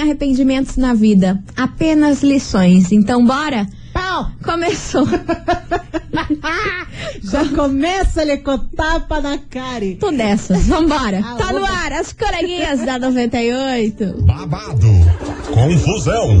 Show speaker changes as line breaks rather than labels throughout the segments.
arrependimentos na vida, apenas lições. Então, bora?
Pau!
Começou.
Já começa a lecotapa na cara.
Tô dessas, vambora.
Ah,
Tá no
opa.
ar, as coleguinhas da 98.
Babado, confusão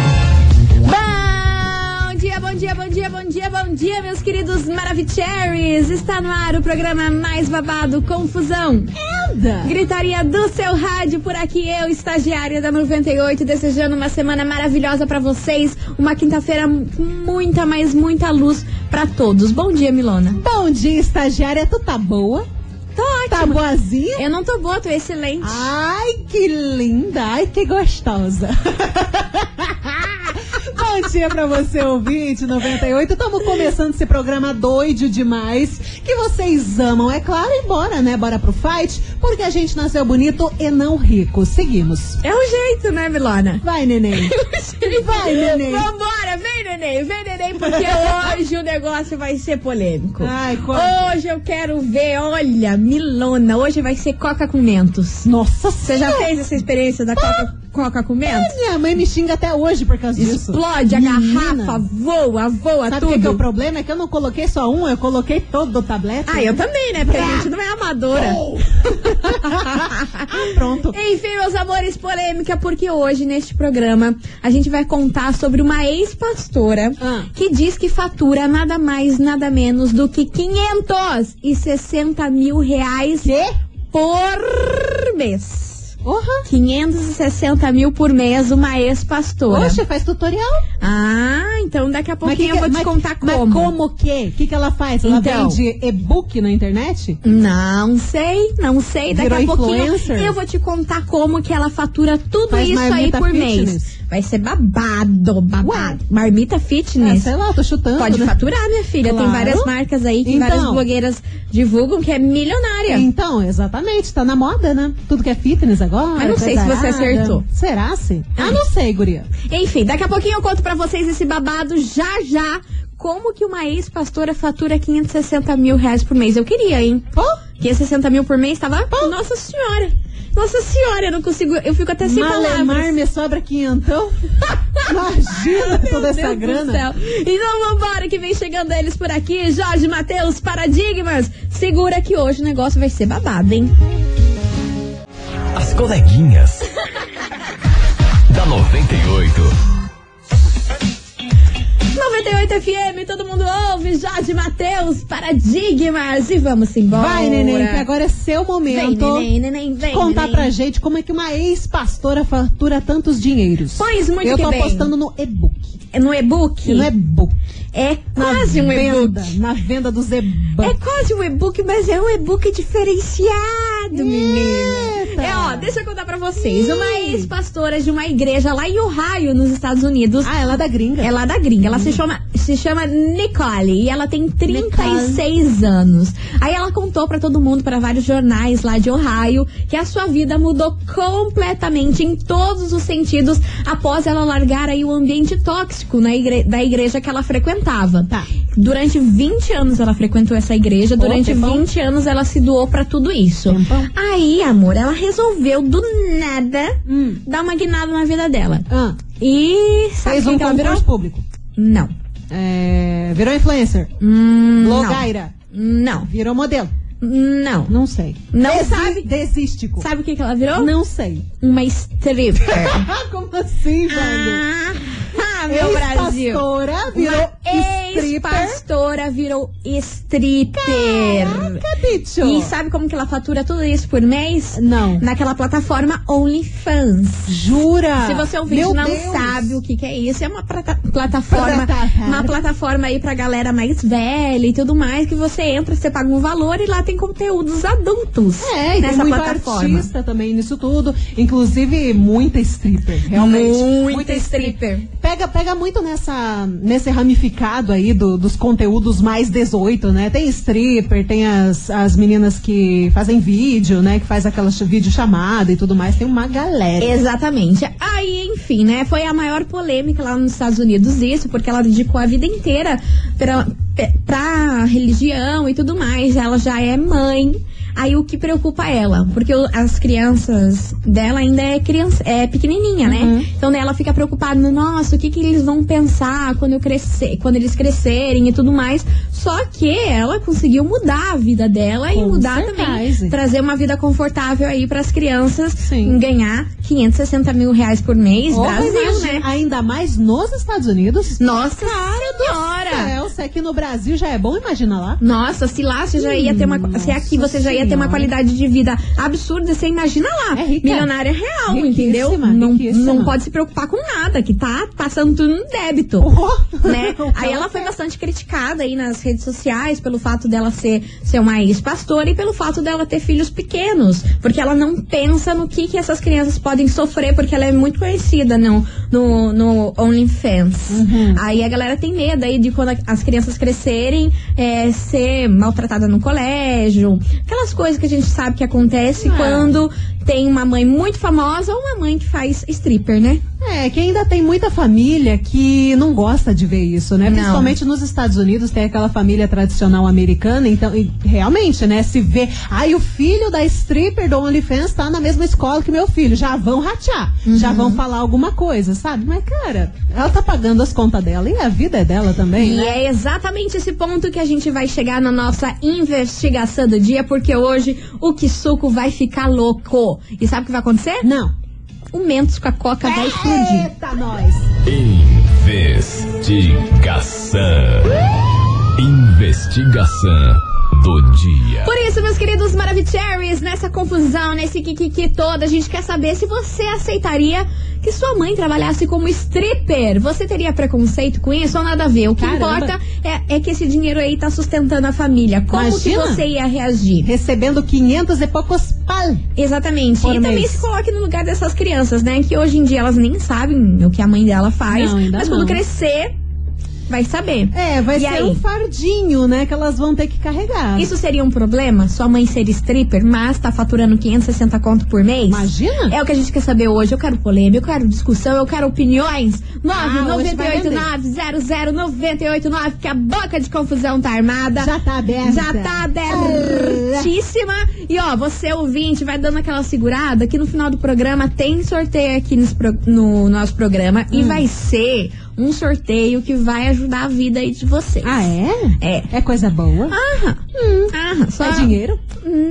Bom dia, bom dia, bom dia, bom dia, bom dia, meus queridos Maravicheries. Está no ar o programa mais babado, Confusão.
Anda!
Gritaria do seu rádio, por aqui eu, estagiária da 98, desejando uma semana maravilhosa pra vocês, uma quinta-feira com muita, mas muita luz pra todos. Bom dia, Milona.
Bom dia, estagiária. Tu tá boa?
Tô
Tá
ótima.
boazinha?
eu não tô boa, tô excelente.
Ai, que linda! Ai, que gostosa! Bom dia pra você, ouvinte 98. Estamos começando esse programa doido demais, que vocês amam, é claro. E bora, né? Bora pro fight, porque a gente nasceu bonito e não rico. Seguimos.
É o jeito, né, Milona?
Vai, neném. Vai, neném.
Vambora, vem, neném, vem, neném, porque hoje o negócio vai ser polêmico.
Ai, qual...
Hoje eu quero ver, olha, Milona, hoje vai ser Coca com Mentos.
Nossa
Você já fez essa experiência da Coca, coca com Mentos?
Minha mãe me xinga até hoje por causa disso.
Explode a
É Menina,
garrafa, voa, voa
Sabe o que, que é o
tudo.
problema? É que eu não coloquei só um, eu coloquei todo o tablete.
Ah, eu também, né? Porque a gente não é amadora.
Oh, Ah, Pronto.
Enfim, meus amores, polêmica, porque hoje neste programa a gente vai contar sobre uma ex-pastora
Ah.
que diz que fatura nada mais, nada menos do que 560 mil reais
Quê?
por mês.
Porra!
560 mil por mês uma ex-pastora.
Poxa, faz tutorial?
Ah, então daqui a pouquinho eu vou te contar
mas
como.
como o quê? O que, que ela faz? Ela
Então.
vende e-book na internet?
Não sei, não sei. Daqui
Virou
a pouquinho
influencer?
eu vou te contar como que ela fatura tudo
Faz
isso aí
marmita
por mês.
fitness.
Vai ser babado, babado.
Ué.
Marmita
Ah,
Fitness.
sei lá, eu tô chutando.
Pode
né?
faturar, minha filha.
Claro.
Tem várias marcas aí que
Então.
várias blogueiras divulgam que é milionária.
Então, exatamente, tá na moda, né? Tudo que é fitness agora.
Mas não sei se você
coisa arada.
acertou.
Será se?
Ai.
Ah, não sei, guria.
Enfim, daqui a pouquinho eu conto pra vocês esse babado já já. Como que uma ex-pastora fatura 560 mil reais por mês? Eu queria, hein?
Pô,
560 mil por mês tava. Nossa senhora! Nossa senhora, eu não consigo. Eu fico até sem
Malemar
palavras.
me sobra quinhentão. Imagina toda
Meu
essa
Deus do
grana.
céu. Então vambora que vem chegando eles por aqui. Jorge Matheus, Paradigmas. Segura que hoje o negócio vai ser babado, hein?
As coleguinhas. da 98.
98 FM, todo mundo ouve. Jorge Matheus, Paradigmas. E vamos embora.
Vai, neném, que agora é seu
Vem,
momento.
neném, neném, vem.
Contar
neném.
pra gente como é que uma ex-pastora fatura tantos dinheiros.
Pois muito
Eu
que
tô
bem.
apostando no e-book.
É No e-book?
E no e-book.
É
Na
quase um e-book.
venda, Na venda dos e-books.
É quase um e-book, mas é um e-book diferenciado, menina.
Eita.
É, ó, deixa eu contar pra vocês. Uma ex-pastora de uma igreja lá em Ohio, nos Estados Unidos.
Ah, ela é da gringa.
É lá da gringa. Ela
Uhum.
se chama, se chama Nicole e ela tem 36 anos. Aí ela contou pra todo mundo, pra vários jornais lá de Ohio, que a sua vida mudou completamente em todos os sentidos após ela largar aí o ambiente tóxico na igre- da igreja que ela frequentava.
Tá.
Durante 20 anos ela frequentou essa igreja,
Pô,
durante
tempão.
20 anos ela se doou pra tudo isso.
Tempão.
Aí, amor, ela resolveu do nada
Hum.
dar uma guinada na vida dela.
Ah,
E sabe
fez
quem
um
que ela virou?
concurso público.
Não.
É, virou influencer.
Hum,
Blogaira.
Não.
Virou modelo.
Não. Não.
Não sei.
Não sabe?
Desístico.
Sabe o que, que ela virou?
Não sei. É.
Uma stripper.
Ah, como assim, velho?
ah, meu Brasil.
Pastora virou stripper.
Ex-pastora virou stripper.
Caraca,
tá,
bicho.
E sabe como que ela fatura tudo isso por mês?
Não.
Naquela plataforma OnlyFans.
Jura?
Se você ouvinte
Ah, Meu
não
Deus.
sabe o que, que é isso, é uma plata- plataforma,
Plataforma.
uma plataforma aí pra galera mais velha e tudo mais, que você entra, você paga um valor e lá tem conteúdos adultos
É, e tem
nessa
muito
plataforma.
artista também nisso tudo. Inclusive, muita stripper, realmente.
Muita stripper.
Pega, pega muito nessa, nesse ramificado aí do- dos conteúdos mais 18, né? Tem stripper, tem as, as meninas que fazem vídeo, né? Que faz aquela ch- videochamada e tudo mais. Tem uma galera.
Exatamente. Aí, enfim, né? Foi a maior polêmica lá nos Estados Unidos isso, porque ela dedicou a vida inteira pra, pe- pra religião e tudo mais. Ela já é mãe. Aí o que preocupa ela? Porque o- as crianças dela ainda é criança, é pequenininha,
Uhum.
né? Então né, ela fica preocupada, nossa, o que que eles vão pensar quando eu crescer, quando eles crescerem e tudo mais. Só que ela conseguiu mudar a vida dela e
Com
mudar
certeza.
também, trazer uma vida confortável aí pras crianças,
Sim.
ganhar 560 mil reais por mês,
Ou,
Brasil,
imagina,
né?
Ainda mais nos Estados Unidos. É,
Nossa senhora!
Céu, se aqui no Brasil já é bom, imagina lá.
Nossa, se lá você já ia ter uma. Se é aqui
Nossa
você já ia ter uma
Senhora.
qualidade de vida absurda, você imagina lá.
É rica.
Milionária real,
Riquíssima,
entendeu? Não,
riquíssima.
não pode se preocupar com nada, que tá passando tudo no débito.
Oh,
né?
o
Aí ela
cara
foi bastante criticada aí nas redes sociais pelo fato dela ser, ser uma ex-pastora e pelo fato dela ter filhos pequenos, porque ela não pensa no que, que essas crianças podem sofrer, porque ela é muito conhecida no, no, no OnlyFans. Aí a galera tem medo aí de quando a- as crianças crescerem é, ser maltratada no colégio, aquelas coisas que a gente sabe que acontece
Ah.
quando tem uma mãe muito famosa ou uma mãe que faz stripper, né?
É, que ainda tem muita família que não gosta de ver isso, né?
Não.
Principalmente nos Estados Unidos, tem aquela família tradicional americana, então, e realmente, né, se vê. Aí o filho da stripper do OnlyFans tá na mesma escola que meu filho. Já vão ratear, já
Uhum.
vão falar alguma coisa, sabe? Mas, cara, ela tá pagando as contas dela e a vida é dela também,
E
né?
é exatamente esse ponto que a gente vai chegar na nossa investigação do dia, porque hoje o Kisuko vai ficar louco. E sabe o que vai acontecer?
Não.
O Mentos com a Coca vai explodir.
Eita, nós!
Investigação. Investigação do dia.
Por isso, meus queridos Maravicheries, nessa confusão, nesse kikiki todo, a gente quer saber se você aceitaria que sua mãe trabalhasse como stripper. Você teria preconceito com isso ou nada a ver? O que
Caramba.
importa é, é que esse dinheiro aí tá sustentando a família. Como
Imagina.
que você ia reagir?
Recebendo 500 e poucos pal.
Exatamente.
Por
e também
mês.
se coloque no lugar dessas crianças, né? Que hoje em dia elas nem sabem o que a mãe dela faz.
Não, ainda
mas
não.
quando crescer, vai saber.
É, vai
E
ser
aí?
um fardinho, né, que elas vão ter que carregar.
Isso seria um problema? Sua mãe ser stripper, mas tá faturando 560 conto por mês?
Imagina?
É o que a gente quer saber hoje. Eu quero polêmica, eu quero discussão, eu quero opiniões.
Ah, hoje vai
998900989, que a boca de confusão tá armada.
Já tá aberta.
Já tá abertíssima. E ó, você ouvinte, vai dando aquela segurada que no final do programa tem sorteio aqui nos pro- no nosso programa.
Hum.
E vai ser um sorteio que vai ajudar a vida aí de vocês.
Ah, é?
É.
É coisa boa?
Aham. Aham. Só
é dinheiro?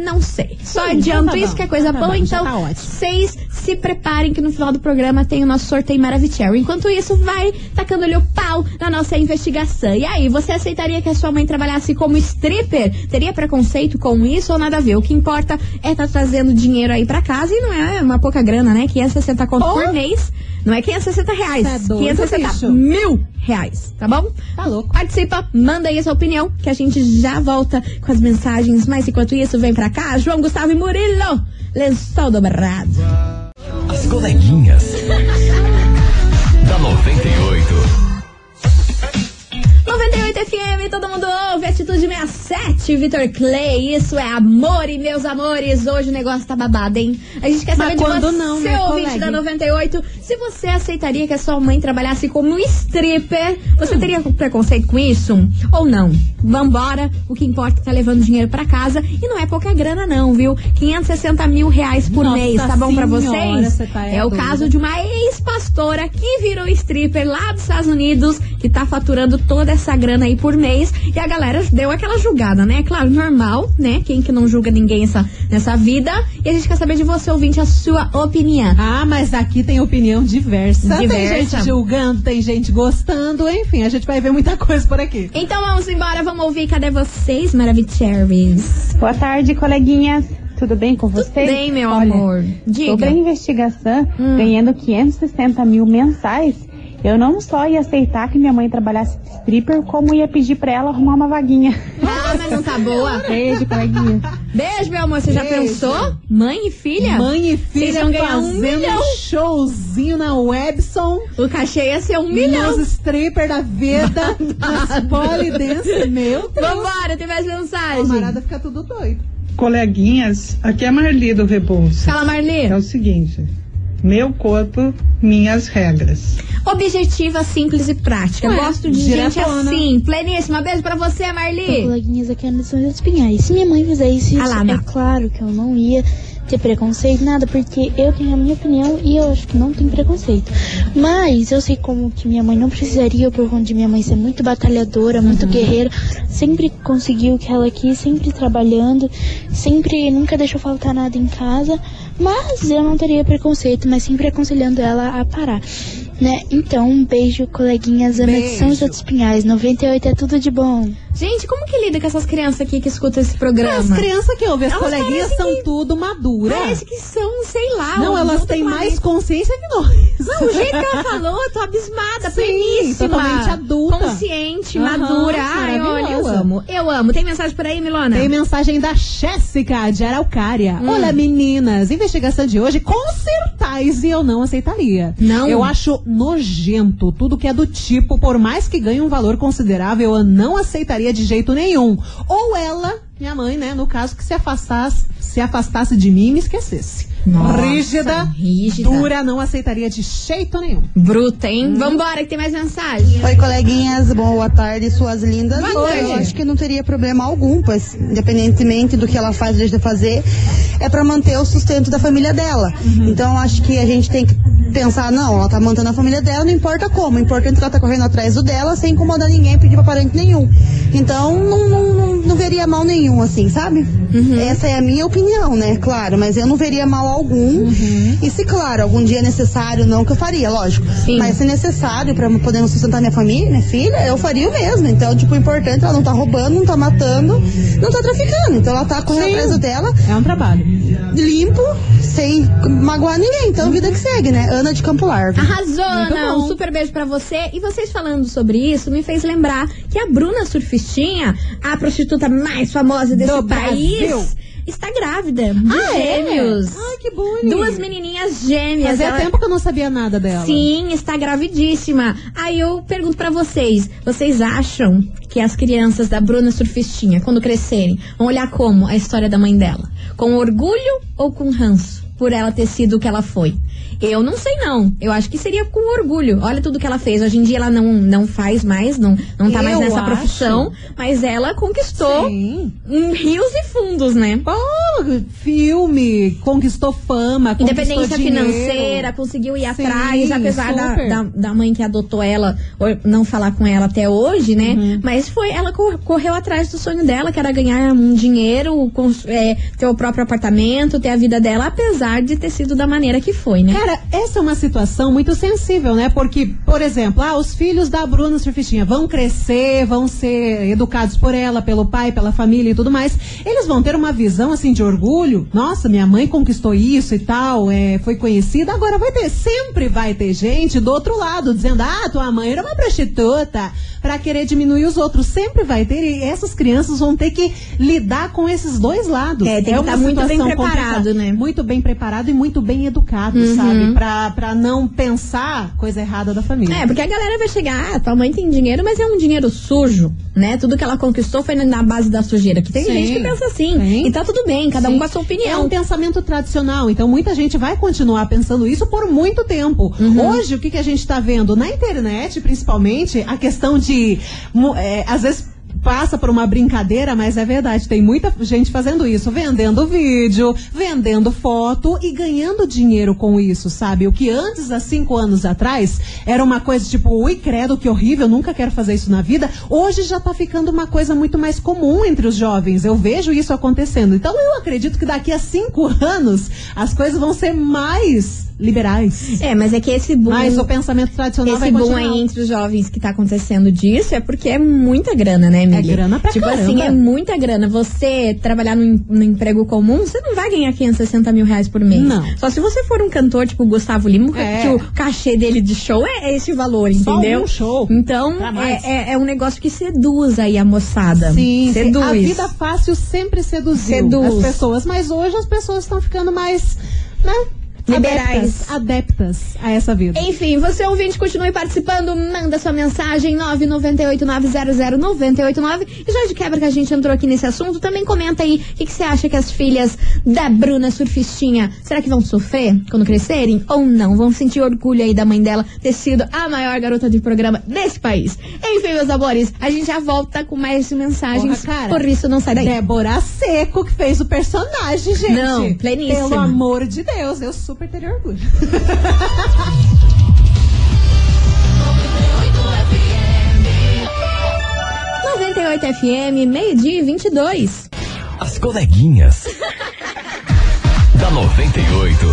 Não sei. Só
Sim,
adianto
então tá
isso
bom.
que é coisa
Tá
boa.
bom, já
então,
tá ótimo.
vocês se preparem que no final do programa tem o nosso sorteio Maravicherry. Enquanto isso, vai tacando-lhe o pau na nossa investigação. E aí, você aceitaria que a sua mãe trabalhasse como stripper? Teria preconceito com isso ou nada a ver? O que importa é tá trazendo dinheiro aí pra casa e não é uma pouca grana, né? 560 conto
Pô.
por mês. Não é 560 reais.
Tá doido,
560
bicho.
mil reais, tá bom?
Tá louco.
Participa, manda aí a sua opinião, que a gente já volta com as mensagens. Mas enquanto isso, vem pra cá, João Gustavo e Murilo, lençol dobrado.
As coleguinhas. da 98.
98 FM, todo mundo ouve, Atitude 67, Vitor Clay, isso é amor e meus amores, hoje o negócio tá babado, hein? A gente quer
Mas
saber de
quando
você,
não, né,
ouvinte
colega?
da 98, se você aceitaria que a sua mãe trabalhasse como stripper, você teria preconceito com isso ou não? vambora. O que importa é tá levando dinheiro pra casa. E não é pouca grana, não, viu? 560 mil reais por
Nossa
mês, tá bom pra
senhora,
vocês?
você tá é
é o
doida.
caso de uma ex-pastora que virou stripper lá dos Estados Unidos, que tá faturando toda essa grana aí por mês. E a galera deu aquela julgada, né? Claro, normal, né? Quem que não julga ninguém essa, nessa vida. E a gente quer saber de você, ouvinte, a sua opinião.
Ah, mas aqui tem opinião diversa. Tem
Diversa.
gente julgando, tem gente gostando, enfim, a gente vai ver muita coisa por aqui.
Então vamos embora, vamos ouvir. Cadê vocês, Maravicheries?
Boa tarde, coleguinhas. Tudo bem com vocês?
bem, meu
Olha,
amor. Diga.
Sobre a investigação,
Hum.
ganhando 560 mil mensais, eu não só ia aceitar que minha mãe trabalhasse de stripper, como ia pedir pra ela arrumar uma vaguinha.
Ah, mas não tá boa.
Beijo, coleguinha.
Beijo, meu amor. Você já
Beijo.
pensou? Mãe e filha?
Mãe e
Vocês
filha
iam ganhar um
fazendo
milhão.
showzinho na Webson.
O cachê ia ser um milhão.
Nos stripper da vida, nas polidense, meu Deus.
Vambora, tem mais
A
mensagem.
camarada fica tudo doido.
Coleguinhas, aqui é Marli do Rebouça.
Fala, Marli.
É o seguinte: meu corpo, minhas regras.
Objetiva, simples e prática.
Ué,
Gosto de gente
diretona.
assim. Pleníssima. Beijo pra você,
Então,
Marli.
coleguinhas aqui é Anderson dos Pinhais. Se minha mãe fizer isso,
Ah lá,
é
Má.
claro que eu não ia ter preconceito, nada, porque eu tenho a minha opinião e eu acho que não tem preconceito. Mas eu sei como que minha mãe não precisaria, por conta de minha mãe ser muito batalhadora, muito
Uhum.
guerreira, sempre conseguiu o que ela quis, sempre trabalhando, sempre nunca deixou faltar nada em casa. Mas eu não teria preconceito, mas sempre aconselhando ela a parar. Né? Então, um beijo, coleguinhas. Ana de São José dos Pinhais. 98 é tudo de bom.
Gente, como que lida com essas crianças aqui que escutam esse
As
programa?
crianças que ouvem, as
Elas
coleguinhas
parecem
são
que-
tudo maduras.
Parece que são, sei lá.
Não,
um
elas
outro
têm
planeta.
mais consciência que nós.
Não, o jeito que ela falou, eu tô abismada,
Sim,
pleníssima.
totalmente adulta.
Consciente,
Aham,
madura. Ai, olha, eu
maravilhosa.
amo. Eu amo. Tem mensagem por aí, Milona?
Tem mensagem da Jéssica de Araucária.
Hum.
Olá, meninas. Investigação de hoje com certeza eu não aceitaria.
Não?
Eu acho nojento tudo que é do tipo, por mais que ganhe um valor considerável, eu não aceitaria de jeito nenhum. Ou ela, minha mãe, né, no caso, que se afastasse, se afastasse de mim e me esquecesse.
Nossa,
rígida,
rígida.
dura, não aceitaria de jeito nenhum.
Bruta,
Hum.
hein? Vambora, que tem mais mensagem.
Oi, coleguinhas, boa tarde, suas lindas.
Boa
Eu
tarde.
acho que não teria problema algum, pois, independentemente do que ela faz, deixa de fazer, é para manter o sustento da família dela.
Uhum.
Então, acho que a gente tem que pensar, não, ela tá mantendo a família dela, não importa como, o importante é que ela tá correndo atrás do dela, sem incomodar ninguém, pedir pra parente nenhum. Então, não, não, não, não veria mal nenhum, assim, sabe?
Uhum.
Essa é a minha opinião, né? Claro, mas eu não veria mal algum. E se, claro, algum dia é necessário, não que eu faria, lógico.
Uhum. Sim.
Mas se necessário para poder sustentar minha família, minha filha, eu faria o mesmo. Então, tipo, o importante é ela não tá roubando, não tá matando, não tá traficando. Então ela tá correndo atrás do dela,
É um trabalho.
Hum.
limpo, sem magoar ninguém. Então, vida que segue, né? Ana de Campo Largo.
Arrasou, Ana!
bom.
Um super beijo pra você. E vocês falando sobre isso me fez lembrar que a Bruna Surfistinha, a prostituta mais famosa desse
Do
país,
Brasil. Ah,
está grávida de gêmeos.
Ai, que bonito.
Duas menininhas gêmeas.
Fazia
Ela-
tempo que eu não sabia nada dela.
Sim, está gravidíssima. Aí eu pergunto pra vocês, vocês acham que as crianças da Bruna Surfistinha, quando crescerem, vão olhar como a história da mãe dela? Com orgulho ou com ranço? Por ela ter sido o que ela foi. Eu não sei não. Eu acho que seria com orgulho. Olha tudo que ela fez. Hoje em dia ela não, não faz mais, não, não tá mais
Eu
nessa
acho.
profissão. Mas ela conquistou
Sim.
em rios e fundos, né?
Pô, filme, conquistou fama, conquistou
Independência
dinheiro.
financeira, conseguiu ir
Sim,
atrás, apesar da,
super.
da, da mãe que adotou ela ou não falar com ela até hoje, né?
Uhum.
Mas foi, ela cor- correu atrás do sonho dela, que era ganhar um dinheiro, cons- é, ter o próprio apartamento, ter a vida dela, apesar de ter sido da maneira que foi, né?
Cara, essa é uma situação muito sensível, né? Porque, por exemplo, ah, os filhos da Bruna Surfistinha vão crescer, vão ser educados por ela, pelo pai, pela família e tudo mais. Eles vão ter uma visão, assim, de orgulho. Nossa, minha mãe conquistou isso e tal, é, foi conhecida. Agora vai ter, sempre vai ter gente do outro lado dizendo, ah, tua mãe era uma prostituta, pra querer diminuir os outros. Sempre vai ter e essas crianças vão ter que lidar com esses dois lados.
É, tem que
uma
tá muito bem
situação
preparado,
complicada.
né?
Muito bem preparado e muito bem educado,
Uhum.
sabe? Pra, pra não pensar coisa errada da família.
É, porque a galera vai chegar, ah, tua mãe tem dinheiro, mas é um dinheiro sujo, né? Tudo que ela conquistou foi na base da sujeira. Que tem
Sim.
gente que pensa assim.
Tem.
E tá tudo bem, cada um
Sim.
com a sua
É
opinião.
um pensamento tradicional, então muita gente vai continuar pensando isso por muito tempo.
Uhum.
Hoje, o que, que a gente tá vendo? Na internet, principalmente, a questão de. mu- é, às vezes. passa por uma brincadeira, mas é verdade. Tem muita gente fazendo isso, vendendo vídeo, vendendo foto e ganhando dinheiro com isso, sabe? O que antes, há cinco anos atrás, era uma coisa tipo, ui, credo, que horrível, nunca quero fazer isso na vida. Hoje já tá ficando uma coisa muito mais comum entre os jovens. Eu vejo isso acontecendo. Então eu acredito que daqui a cinco anos as coisas vão ser mais liberais.
É, mas é que esse boom.
um Mas o pensamento tradicional
Esse
vai
boom
continuar.
aí entre os jovens que tá acontecendo disso é porque é muita grana, né, Mili?
É grana pra
Tipo
caramba.
assim, é muita grana. Você trabalhar num, em- num emprego comum, você não vai ganhar 560 mil reais por mês.
Não.
Só se você for um cantor tipo o Gustavo Lima,
É.
que o cachê dele de show é esse valor,
Só
entendeu?
um show.
Então,
Pra
é,
mais.
é- é um negócio que seduz aí a moçada.
Sim, sim.
seduz.
a vida fácil sempre seduziu
Seduz.
as pessoas, mas hoje as pessoas estão ficando mais, né?
Liberais.
Adeptas, adeptas a essa vida.
Enfim, você ouvinte, continue participando, manda sua mensagem 998900989 e já de quebra que a gente entrou aqui nesse assunto, também comenta aí o que, que você acha que as filhas da Bruna Surfistinha, será que vão sofrer quando crescerem ou não? Vão sentir orgulho aí da mãe dela ter sido a maior garota de programa desse país. Enfim, meus amores, a gente já volta com mais mensagens,
Porra, cara.
por isso não sai daí.
Débora Seco, que fez o personagem, gente.
Não, pleníssima.
Pelo amor de Deus, eu super teria orgulho.
É 98 FM, meio-dia e 22.
As coleguinhas. da 98.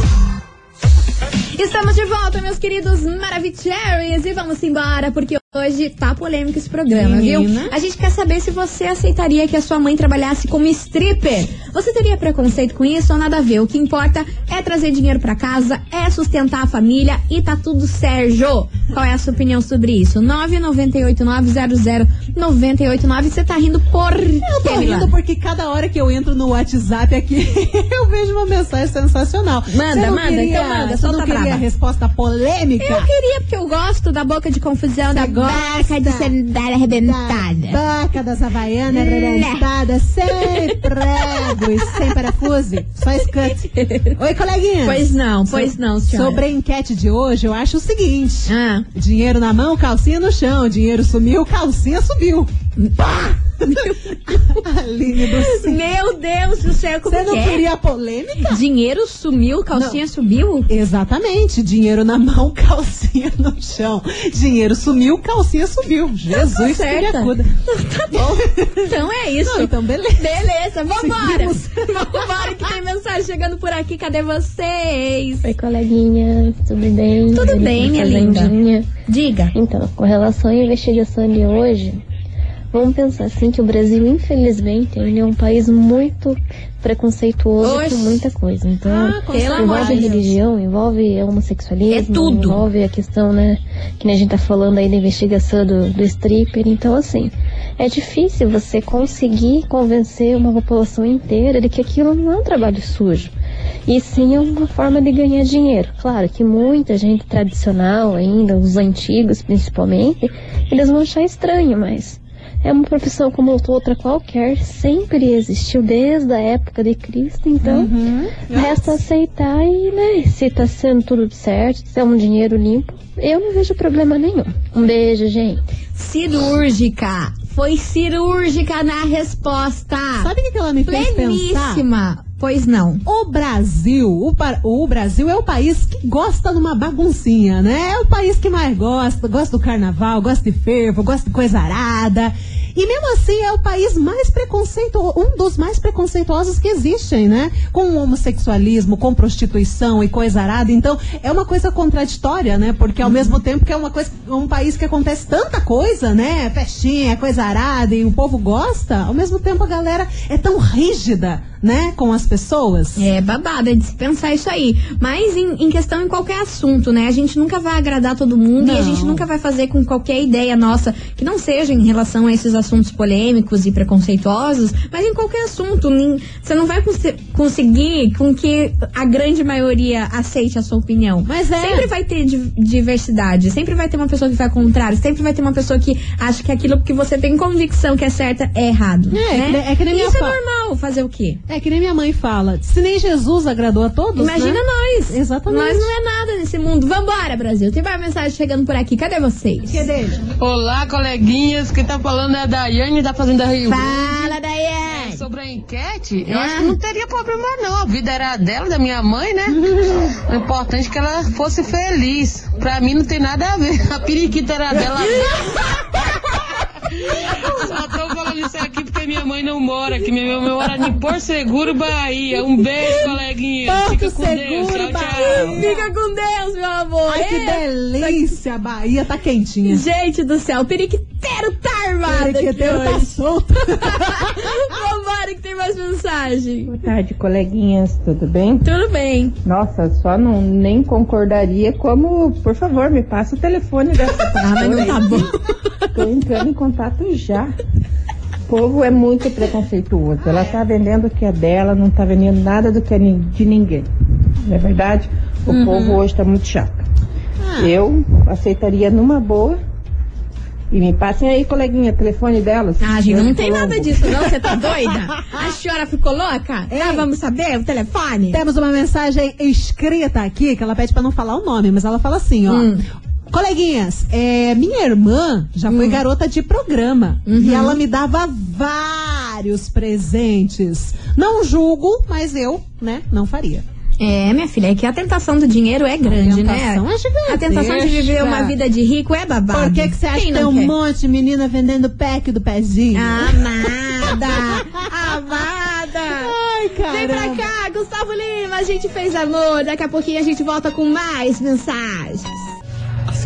Estamos de volta, meus queridos Maravicheries, e vamos embora, porque hoje tá polêmico esse programa,
Menina.
viu? A gente quer saber se você aceitaria que a sua mãe trabalhasse como stripper. Você teria preconceito com isso ou nada a ver? O que importa é trazer dinheiro pra casa, é sustentar a família e tá tudo Sérgio. Qual é a sua opinião sobre isso? 998900989. Você tá rindo por
Eu
quê,
tô rindo
Milana?
porque cada hora que eu entro no WhatsApp aqui, eu vejo uma mensagem sensacional.
Manda,
Você não
manda,
queria-
então manda,
você
solta
não
a
queria
braba.
a resposta polêmica?
Eu queria, porque eu gosto da boca de confusão, da boca de sandália arrebentada.
Baca das Havaianas,
Né.
arrebentada, sem prego e sem parafuso, só escante. Oi, coleguinha.
Pois não, pois não, senhora.
Sobre a enquete de hoje, eu acho o seguinte:
Ah.
dinheiro na mão, calcinha no chão. Dinheiro sumiu, calcinha subiu. Aline do céu.
Meu Deus do céu, como
Você não
que é?
queria polêmica?
Dinheiro sumiu, calcinha subiu?
Exatamente, dinheiro na mão, calcinha no chão. Dinheiro sumiu, calcinha subiu. Jesus, que
tá certa.
acuda. Tá bom.
Então é isso.
Não, então beleza.
Beleza, vambora.
Seguimos.
vambora que tem mensagem chegando por aqui. Cadê vocês?
Oi, coleguinha, tudo bem?
Tudo
Aqui
bem,
com
minha
a
linda.
Zandinha.
Diga.
Então, com relação à investigação de hoje, vamos pensar assim que o Brasil, infelizmente, ele é um país muito preconceituoso
Oxe.
com muita coisa. Então,
Ah, com certeza.
envolve
Pelo amor de
religião, envolve homossexualismo,
É tudo.
envolve a questão, né, que nem a gente tá falando aí da investigação do, do stripper. Então, assim, é difícil você conseguir convencer uma população inteira de que aquilo não é um trabalho sujo. E sim é uma forma de ganhar dinheiro. Claro que muita gente tradicional ainda, os antigos principalmente, eles vão achar estranho, mas é uma profissão como outra qualquer, sempre existiu desde a época de Cristo, então
Uhum.
resta aceitar e, né, se tá sendo tudo certo, se é um dinheiro limpo, eu não vejo problema nenhum. Um beijo, gente.
Cirúrgica. Foi cirúrgica na resposta.
Sabe o que que ela me fez pensar?
Tá. Pleníssima. Pois não.
O Brasil, o, pa- o Brasil é o país que gosta de uma baguncinha, né? É o país que mais gosta, gosta do carnaval, gosta de fervo, gosta de coisa arada. E mesmo assim é o país mais preconceituoso, um dos mais preconceituosos que existem, né? Com o homossexualismo, com prostituição e coisa arada. Então, é uma coisa contraditória, né? Porque
Uhum.
ao mesmo tempo que é uma coisa, um país que acontece tanta coisa, né? Festinha, coisa arada e o povo gosta, ao mesmo tempo a galera é tão rígida, né, com as pessoas.
É babado, é de se pensar isso aí. Mas em, em questão em qualquer assunto, né? A gente nunca vai agradar todo mundo e a
Não.
gente nunca vai fazer com qualquer ideia nossa que não seja em relação a esses assuntos polêmicos e preconceituosos, mas em qualquer assunto. nem- Você não vai conse- conseguir com que a grande maioria aceite a sua opinião.
Mas é.
Sempre vai ter di- diversidade, sempre vai ter uma pessoa que vai ao contrário, sempre vai ter uma pessoa que acha que aquilo que você tem convicção que é certa é errado.
É,
né?
é que- é que nem minha
Isso é
fa-
normal, fazer o quê?
É que nem minha mãe fala, se nem Jesus agradou a todos,
Imagina
né?
nós.
Exatamente.
Nós não é nada nesse nesse mundo. Vambora, Brasil. Tem mais mensagem chegando por aqui. Cadê vocês?
Cadê?
Olá, coleguinhas. Quem tá falando é a Daiane da Fazenda Rio.
Fala, Daiane.
Sobre a enquete, eu acho que não teria problema não. A vida era a dela, da minha mãe, né? O importante é que ela fosse feliz. Pra mim não tem nada a ver. A periquita era dela. Só tô falando isso aqui porque minha mãe não mora aqui. Minha mãe mora em Porto Seguro, Bahia. Um beijo, coleguinha. Fica
Porto
com Deus.
Seguro,
Tchau, tchau.
Bahia.
Fica com Deus, meu amor.
Ai, que
É.
delícia! A Bahia tá quentinha.
Gente do céu, o periquiteiro tá armado
Porque
aqui
Deus tá
hoje.
solto.
Vambora que tem mais mensagem.
Boa tarde, coleguinhas, tudo bem?
Tudo bem.
Nossa, só não nem concordaria como, por favor, me passa o telefone dessa
Ah, mas não tá bom.
Tô entrando em contato já. O povo é muito preconceituoso. Ela tá vendendo o que é dela, não tá vendendo nada do que é ni- de ninguém. Não é verdade? O
Uhum.
povo hoje tá muito chato.
Ah.
Eu aceitaria numa boa. E me passem aí, coleguinha, telefone delas.
Ah, gente, não tem
Colombo.
nada disso, não. Você tá doida? A senhora ficou louca? Ah, vamos saber o telefone?
Temos uma mensagem escrita aqui que ela pede pra não falar o nome, mas ela fala assim, ó.
Hum.
Coleguinhas, é, minha irmã já foi garota de programa e ela me dava vários presentes. Não julgo, mas eu, né, não faria.
É, minha filha, é que a tentação do dinheiro é grande, né?
tentação é gigantesca.
A tentação de viver uma vida de rico é babado.
Por que, que você acha
Quem
que tem
não
um
quer? Ah.
monte de menina vendendo pack do pezinho?
Amada! Amada!
Ai, cara.
Vem pra cá, Gustavo Lima, a gente fez amor. Daqui a pouquinho a gente volta com mais mensagens.
As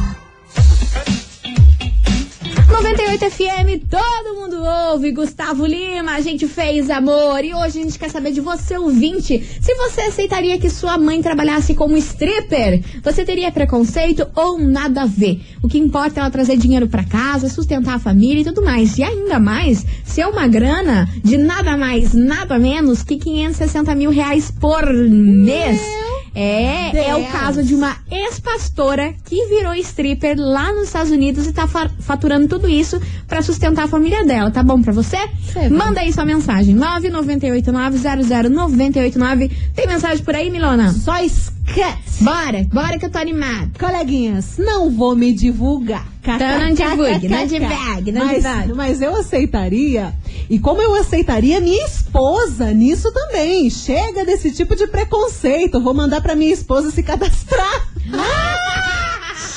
98 FM, todo mundo ouve. Gustavo Lima, a gente fez amor. E hoje a gente quer saber de você, ouvinte. Se você aceitaria que sua mãe trabalhasse como stripper, você teria preconceito ou nada a ver? O que importa é ela trazer dinheiro pra casa, sustentar a família e tudo mais. E ainda mais, se é uma grana de nada mais, nada menos que 560 mil reais por mês. É, é o
Deus.
caso caso de uma ex-pastora que virou stripper lá nos Estados Unidos e tá fa- faturando tudo isso pra sustentar a família dela. Tá bom pra você?
Sei, vai.
Manda aí sua mensagem. 998900989. Tem mensagem por aí, Milona?
Só esquece.
Bora, bora que eu tô animada.
Coleguinhas, não vou me divulgar.
Então não divulgue, não divulgue, não
mas,
divulgue.
mas eu aceitaria. E como eu aceitaria minha esposa nisso também. Chega desse tipo de preconceito. Vou mandar pra minha esposa se cadastrar.
Tá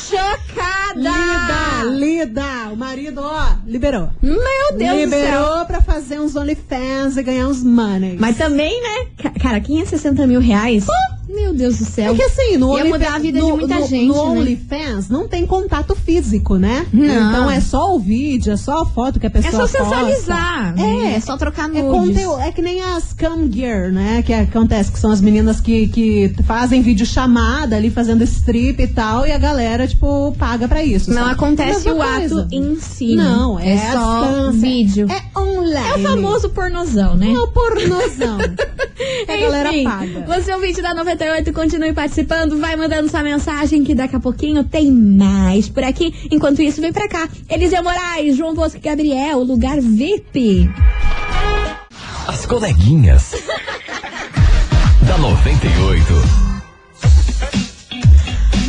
Chocada!
Lida, lida. O marido, ó, liberou.
Meu Deus do céu!
liberou pra fazer uns OnlyFans e ganhar uns money.
Mas também, né? Ca- Cara, 560 mil reais? Meu Deus do céu.
É que assim, no
Ia
OnlyFans-
mudar a vida de
no-
muita
no-
gente,
No
né?
OnlyFans não tem contato físico, né?
Não.
Então é só o vídeo, é só a foto que a pessoa
é só
posta.
sensualizar.
É.
é só trocar
É,
nudes.
conteúdo, é que nem as cam gear, né? Que acontece, que são as meninas que, que fazem vídeo chamada ali, fazendo strip e tal, e a galera, tipo, paga pra isso.
Não é
sabe?
acontece
Mesma
o
coisa.
ato em si.
Não, é,
é
as
só
cams, é-
vídeo.
É online.
É o famoso pornozão, né?
É o pornozão. que a galera
Enfim,
paga.
Você é ouvinte da 98, continue participando, vai mandando sua mensagem que daqui a pouquinho tem mais por aqui. Enquanto isso, vem pra cá. Eliseu Moraes, João Bosco e Gabriel, lugar VIP.
As coleguinhas. da 98.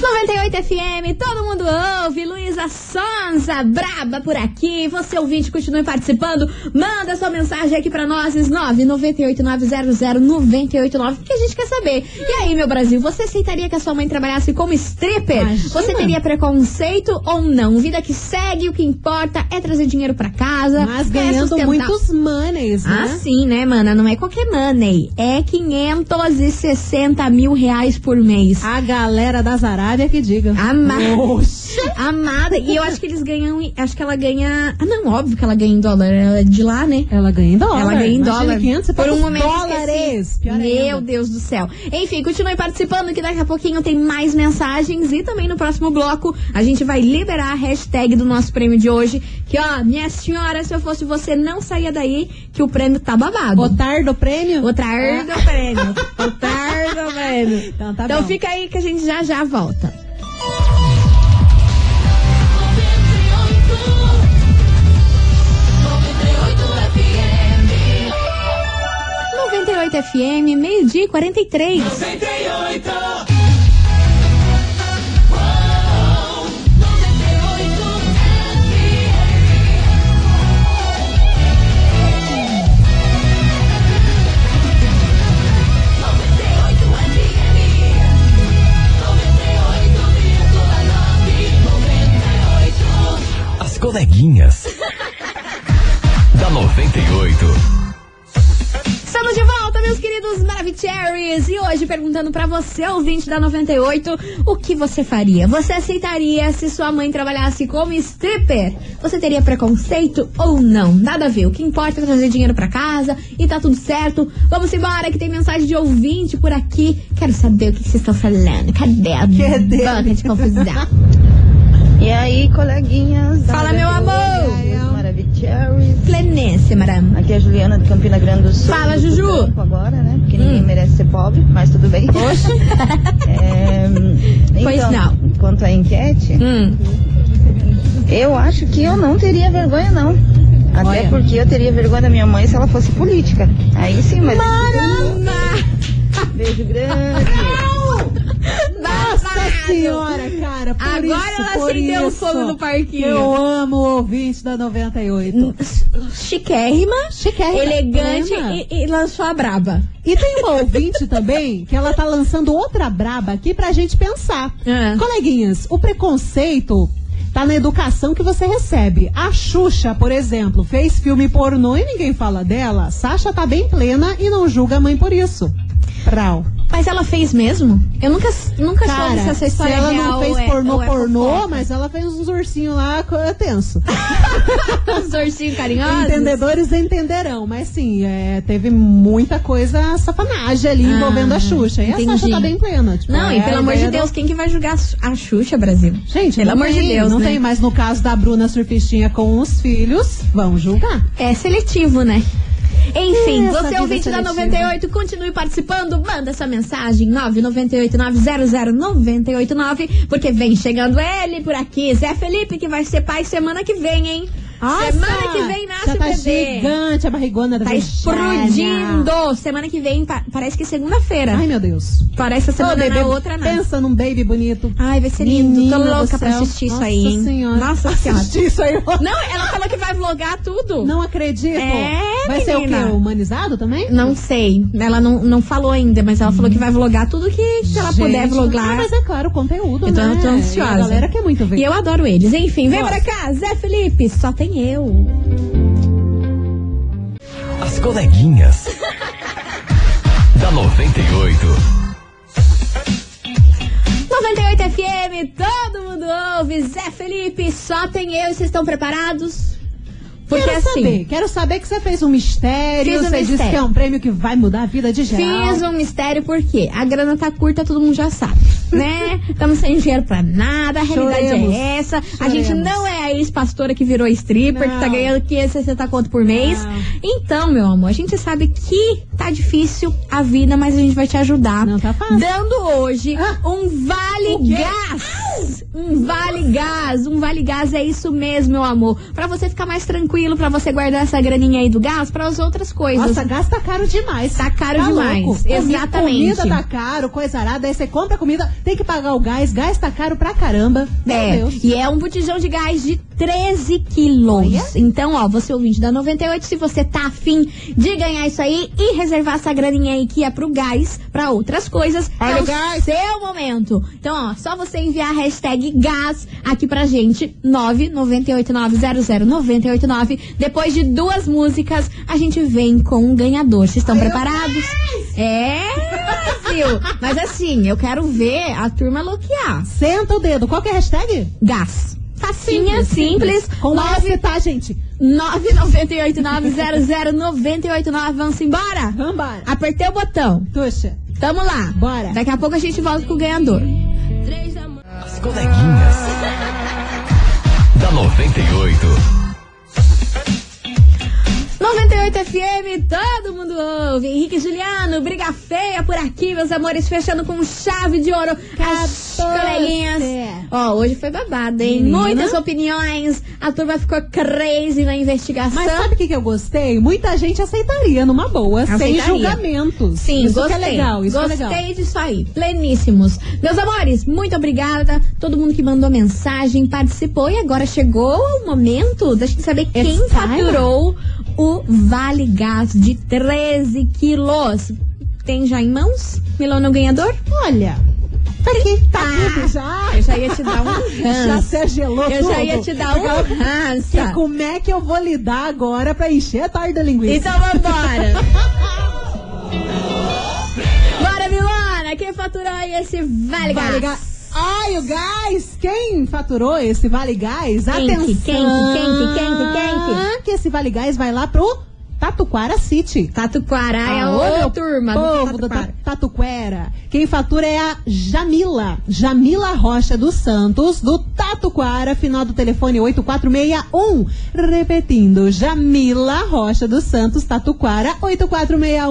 98 FM, todo mundo ouve. Luísa Sonza, braba por aqui. Você ouvinte, continue participando. Manda sua mensagem aqui pra nós, 998900989, porque a gente quer saber. E aí, meu Brasil, você aceitaria que a sua mãe trabalhasse como stripper?
Imagina.
Você teria preconceito ou não? Vida que segue, o que importa é trazer dinheiro pra casa.
Mas
é
ganhando
sustentar-
muitos monies,
ah,
né?
sim, né, mana? Não é qualquer money. É 560 mil reais por mês.
A galera da Arábia que diga.
Amada.
Oxe.
Amada. E eu acho que eles ganham. em- Acho que ela ganha. Ah, não, óbvio que ela ganha em dólar. Ela é de lá, né?
Ela ganha em dólar.
Ela ganha em
Imagina
dólar.
500, você
Por
paga
um
os
momento.
dólares.
esqueci.
Pior
Meu
ainda.
Deus do céu. Enfim, continue participando que daqui a pouquinho tem mais mensagens. E também no próximo bloco a gente vai liberar a hashtag do nosso prêmio de hoje. Que ó, minha senhora, se eu fosse você, não saia daí que o prêmio tá babado.
Otar do prêmio?
Outra arda o prêmio. Outra arda o prêmio.
Então tá
então
bom.
fica aí que a gente já já volta. FM, meio-dia e 43.
98.
As coleguinhas. da 98.
Estamos de volta, meus queridos Maravicheries! E hoje perguntando pra você, ouvinte da 98, o que você faria? Você aceitaria se sua mãe trabalhasse como stripper? Você teria preconceito ou não? Nada a ver. O que importa é trazer dinheiro pra casa e tá tudo certo. Vamos embora, que tem mensagem de ouvinte por aqui. Quero saber o que que vocês estão falando. Cadê a banca de confusão?
E aí, coleguinhas? da
Fala, meu amor!
Maravicherry.
Clemência, madame.
Aqui é a Juliana de Campina Grande do Sul.
Fala,
do
Juju.
Campo Agora, né? Porque ninguém
Hum.
merece ser pobre, mas tudo bem. Oxe.
Pois não.
Quanto à enquete, eu acho que eu não teria vergonha, não. Até porque eu teria vergonha da minha mãe se ela fosse política. Aí sim, mas. Beijo grande.
Nossa senhora, cara. Por
Agora
isso,
ela
por
acendeu o
isso.
fogo no parquinho.
Eu amo o ouvinte da 98.
Chiquérrima,
Chiquérrima.
elegante e, e lançou a braba.
E tem uma ouvinte também que ela tá lançando outra braba aqui pra gente pensar.
É.
Coleguinhas, o preconceito tá na educação que você recebe. A Xuxa, por exemplo, fez filme pornô e ninguém fala dela. Sasha tá bem plena e não julga a mãe por isso. Prau.
Mas ela fez mesmo? Eu nunca, nunca soube
Cara,
se essa história
se ela
é real
não fez
ou é-
pornô,
ou é
pornô,
fofoca.
mas ela fez uns ursinhos lá, co- é tenso.
Os ursinhos carinhosos?
Entendedores entenderão, mas sim, é, teve muita coisa safanagem ali envolvendo a Xuxa. E a Sasha
Ah, entendi.
tá bem plena. tipo,
Não,
é
e pelo
a
amor de
ideia da-
Deus, quem que vai julgar a Xu- a Xuxa, Brasil?
Gente,
pelo
não
amor de
tem,
Deus,
Não
né?
tem, mas no caso da Bruna Surfistinha com os filhos, vão julgar.
É seletivo, né? Enfim,
Ih, essa
você
É,
é
vida
ouvinte da
seletiva.
98, continue participando, manda sua mensagem 998-900-989, porque vem chegando ele por aqui, Zé Felipe, que vai ser pai semana que vem, hein?
Nossa,
semana que vem nasce
já
o
tá
bebê.
gigante a barrigona da
Tá
Virgínia.
explodindo! Semana que vem, pa- parece que é segunda-feira.
Ai, meu Deus.
Parece a
Ô,
semana
bebê,
na outra, né?
Pensa num baby bonito.
Ai, vai ser lindo.
Menina
Tô
do
louca pra
céu.
assistir isso
Nossa
aí, hein?
Senhora.
Nossa senhora.
Assistir isso aí.
Não, ela falou que vai vlogar tudo.
Não acredito.
É,
Vai ser o
menina.
quê? Humanizado também?
Não sei. Ela não, não falou ainda, mas ela falou que vai vlogar tudo que, que ela
Gente,
puder
Ah,
vlogar.
mas é claro, o conteúdo,
Eu tô,
né?
eu tô
E
ansiosa.
a galera quer muito ver.
E eu adoro eles. Enfim, vem
Nossa.
pra cá, Zé Felipe. Só tem eu.
As coleguinhas. da 98.
98 FM, todo mundo ouve. Zé Felipe, só tem eu. Vocês estão preparados? Porque
quero
assim.
saber, quero saber que você fez um mistério,
Fiz um
você disse
mistério.
que é um prêmio que vai mudar a vida de geral.
Fiz um mistério porque a grana tá curta, todo mundo já sabe, né? Estamos sem dinheiro pra nada, a realidade
Choremos.
é essa. A
Choremos.
gente não é a ex-pastora que virou stripper, que tá
Não.
ganhando 560 conto por mês.
Não.
Então, meu amor, a gente sabe que tá difícil a vida, mas a gente vai te ajudar.
Não tá fácil. Ah!
Dando hoje um
O quê?
vale gás. Um vale gás, um vale gás é isso mesmo, meu amor. Pra você ficar mais tranquilo, pra você guardar essa graninha aí do gás para as outras coisas.
Nossa, gasta caro demais.
Tá caro
Tá
demais.
louco. Comi-
Exatamente.
Comida tá caro, coisa arada. Aí você compra comida, tem que pagar o gás. Gás tá caro pra caramba. Meu
É,
Deus.
e é um botijão de gás de 13 quilos. Então, ó, você ouvinte da 98, se você tá afim de ganhar isso aí e reservar essa graninha aí que é pro gás, pra outras coisas,
Olha
é
o
o
gás.
seu momento. Então, ó, só você enviar a hashtag gás aqui pra gente, 998900989. Depois de duas músicas, a gente vem com um ganhador. Vocês estão preparados? É, Brasil. Mas assim, eu quero ver a turma loquear.
Senta o dedo. Qual que é a hashtag?
Gás. Facinha, simples.
Com
nove-
S, tá, gente?
998900989. Vamos embora?
Vambora.
Apertei o botão.
Tuxa.
Tamo lá.
Bora.
Daqui a pouco a gente volta com o ganhador.
As coleguinhas. da 98.
98 FM, todo mundo ouve. Henrique e Juliano, briga feia por aqui, meus amores, fechando com chave de ouro. A coleguinhas. Ó, hoje foi babado, hein?
é. Menina.
Muitas opiniões. A turma ficou crazy na investigação.
Mas sabe o que, que eu gostei? Muita gente aceitaria numa boa, sem
Aceitaria.
julgamentos.
Sim,
isso
gostei.
que é legal, isso
gostei
que é legal.
disso aí. Pleníssimos. Meus amores, muito obrigada. Todo mundo que mandou mensagem, participou. E agora chegou o momento da gente saber quem
It's time.
faturou o Vale Gás de 13 quilos. Tem já em mãos? Milona, o ganhador? Olha. Tá aqui, tá
tudo já.
Eu já ia te dar um ranço.
Já se gelou
Eu
tudo. Tá
já ia te dar um ranço.
Que como é que eu vou lidar agora pra encher a tarde da linguiça?
Então vambora. Bora, Milona! Quem faturou aí esse Vale Gás?
Vale Gás. Ai, o gás! Quem faturou esse Vale
Quem
Gás?
que,
Atenção!
quem que, quem que, quem que, quem
que esse Vale Gás vai lá pro Tatuquara City.
Tatuquara é a outra turma do
Ah, povo do
Tatuquara.
Ta- Tatuquera. Quem fatura é a Jamila. Jamila Rocha dos Santos, do Tatuquara, final do telefone 8461. Repetindo, Jamila Rocha dos Santos, Tatuquara, 8461.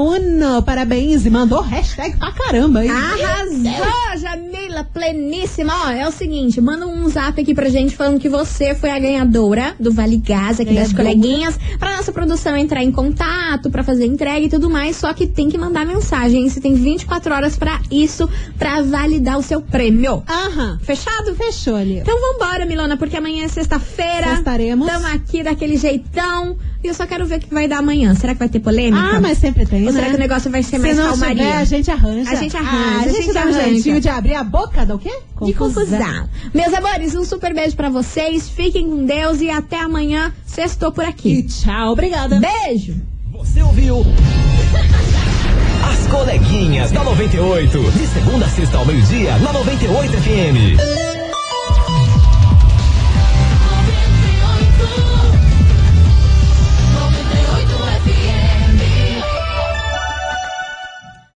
Parabéns e mandou hashtag pra caramba, hein?
Ah. Arrasou, Jamila, pleníssima. Ó, é o seguinte, manda um zap aqui pra gente falando que você foi a ganhadora do Vale Gás aqui das
Ganhadora.
coleguinhas, pra nossa produção entrar em contato, pra fazer entrega e tudo mais, só que tem que mandar mensagem, hein? você tem 24 horas pra isso, pra validar o seu prêmio.
Aham.
Fechado?
Fechou ali.
Então vambora, Milona, porque amanhã é sexta-feira.
Estaremos.
Tamo aqui daquele jeitão. E eu só quero ver o que vai dar amanhã. Será que vai ter polêmica?
Ah, mas sempre tem,
Ou
né?
será que o negócio vai ser mais
Se não
calmaria?
tiver, a gente arranja.
A gente arranja.
Ah, a gente dá um jeitinho de abrir a boca do quê?
De confusão. Meus amores, um super beijo pra vocês. Fiquem com Deus e até amanhã. Sextou por aqui.
tchau, obrigada.
Beijo.
Você ouviu? As coleguinhas da 98. De segunda a sexta ao meio-dia, na 98 FM.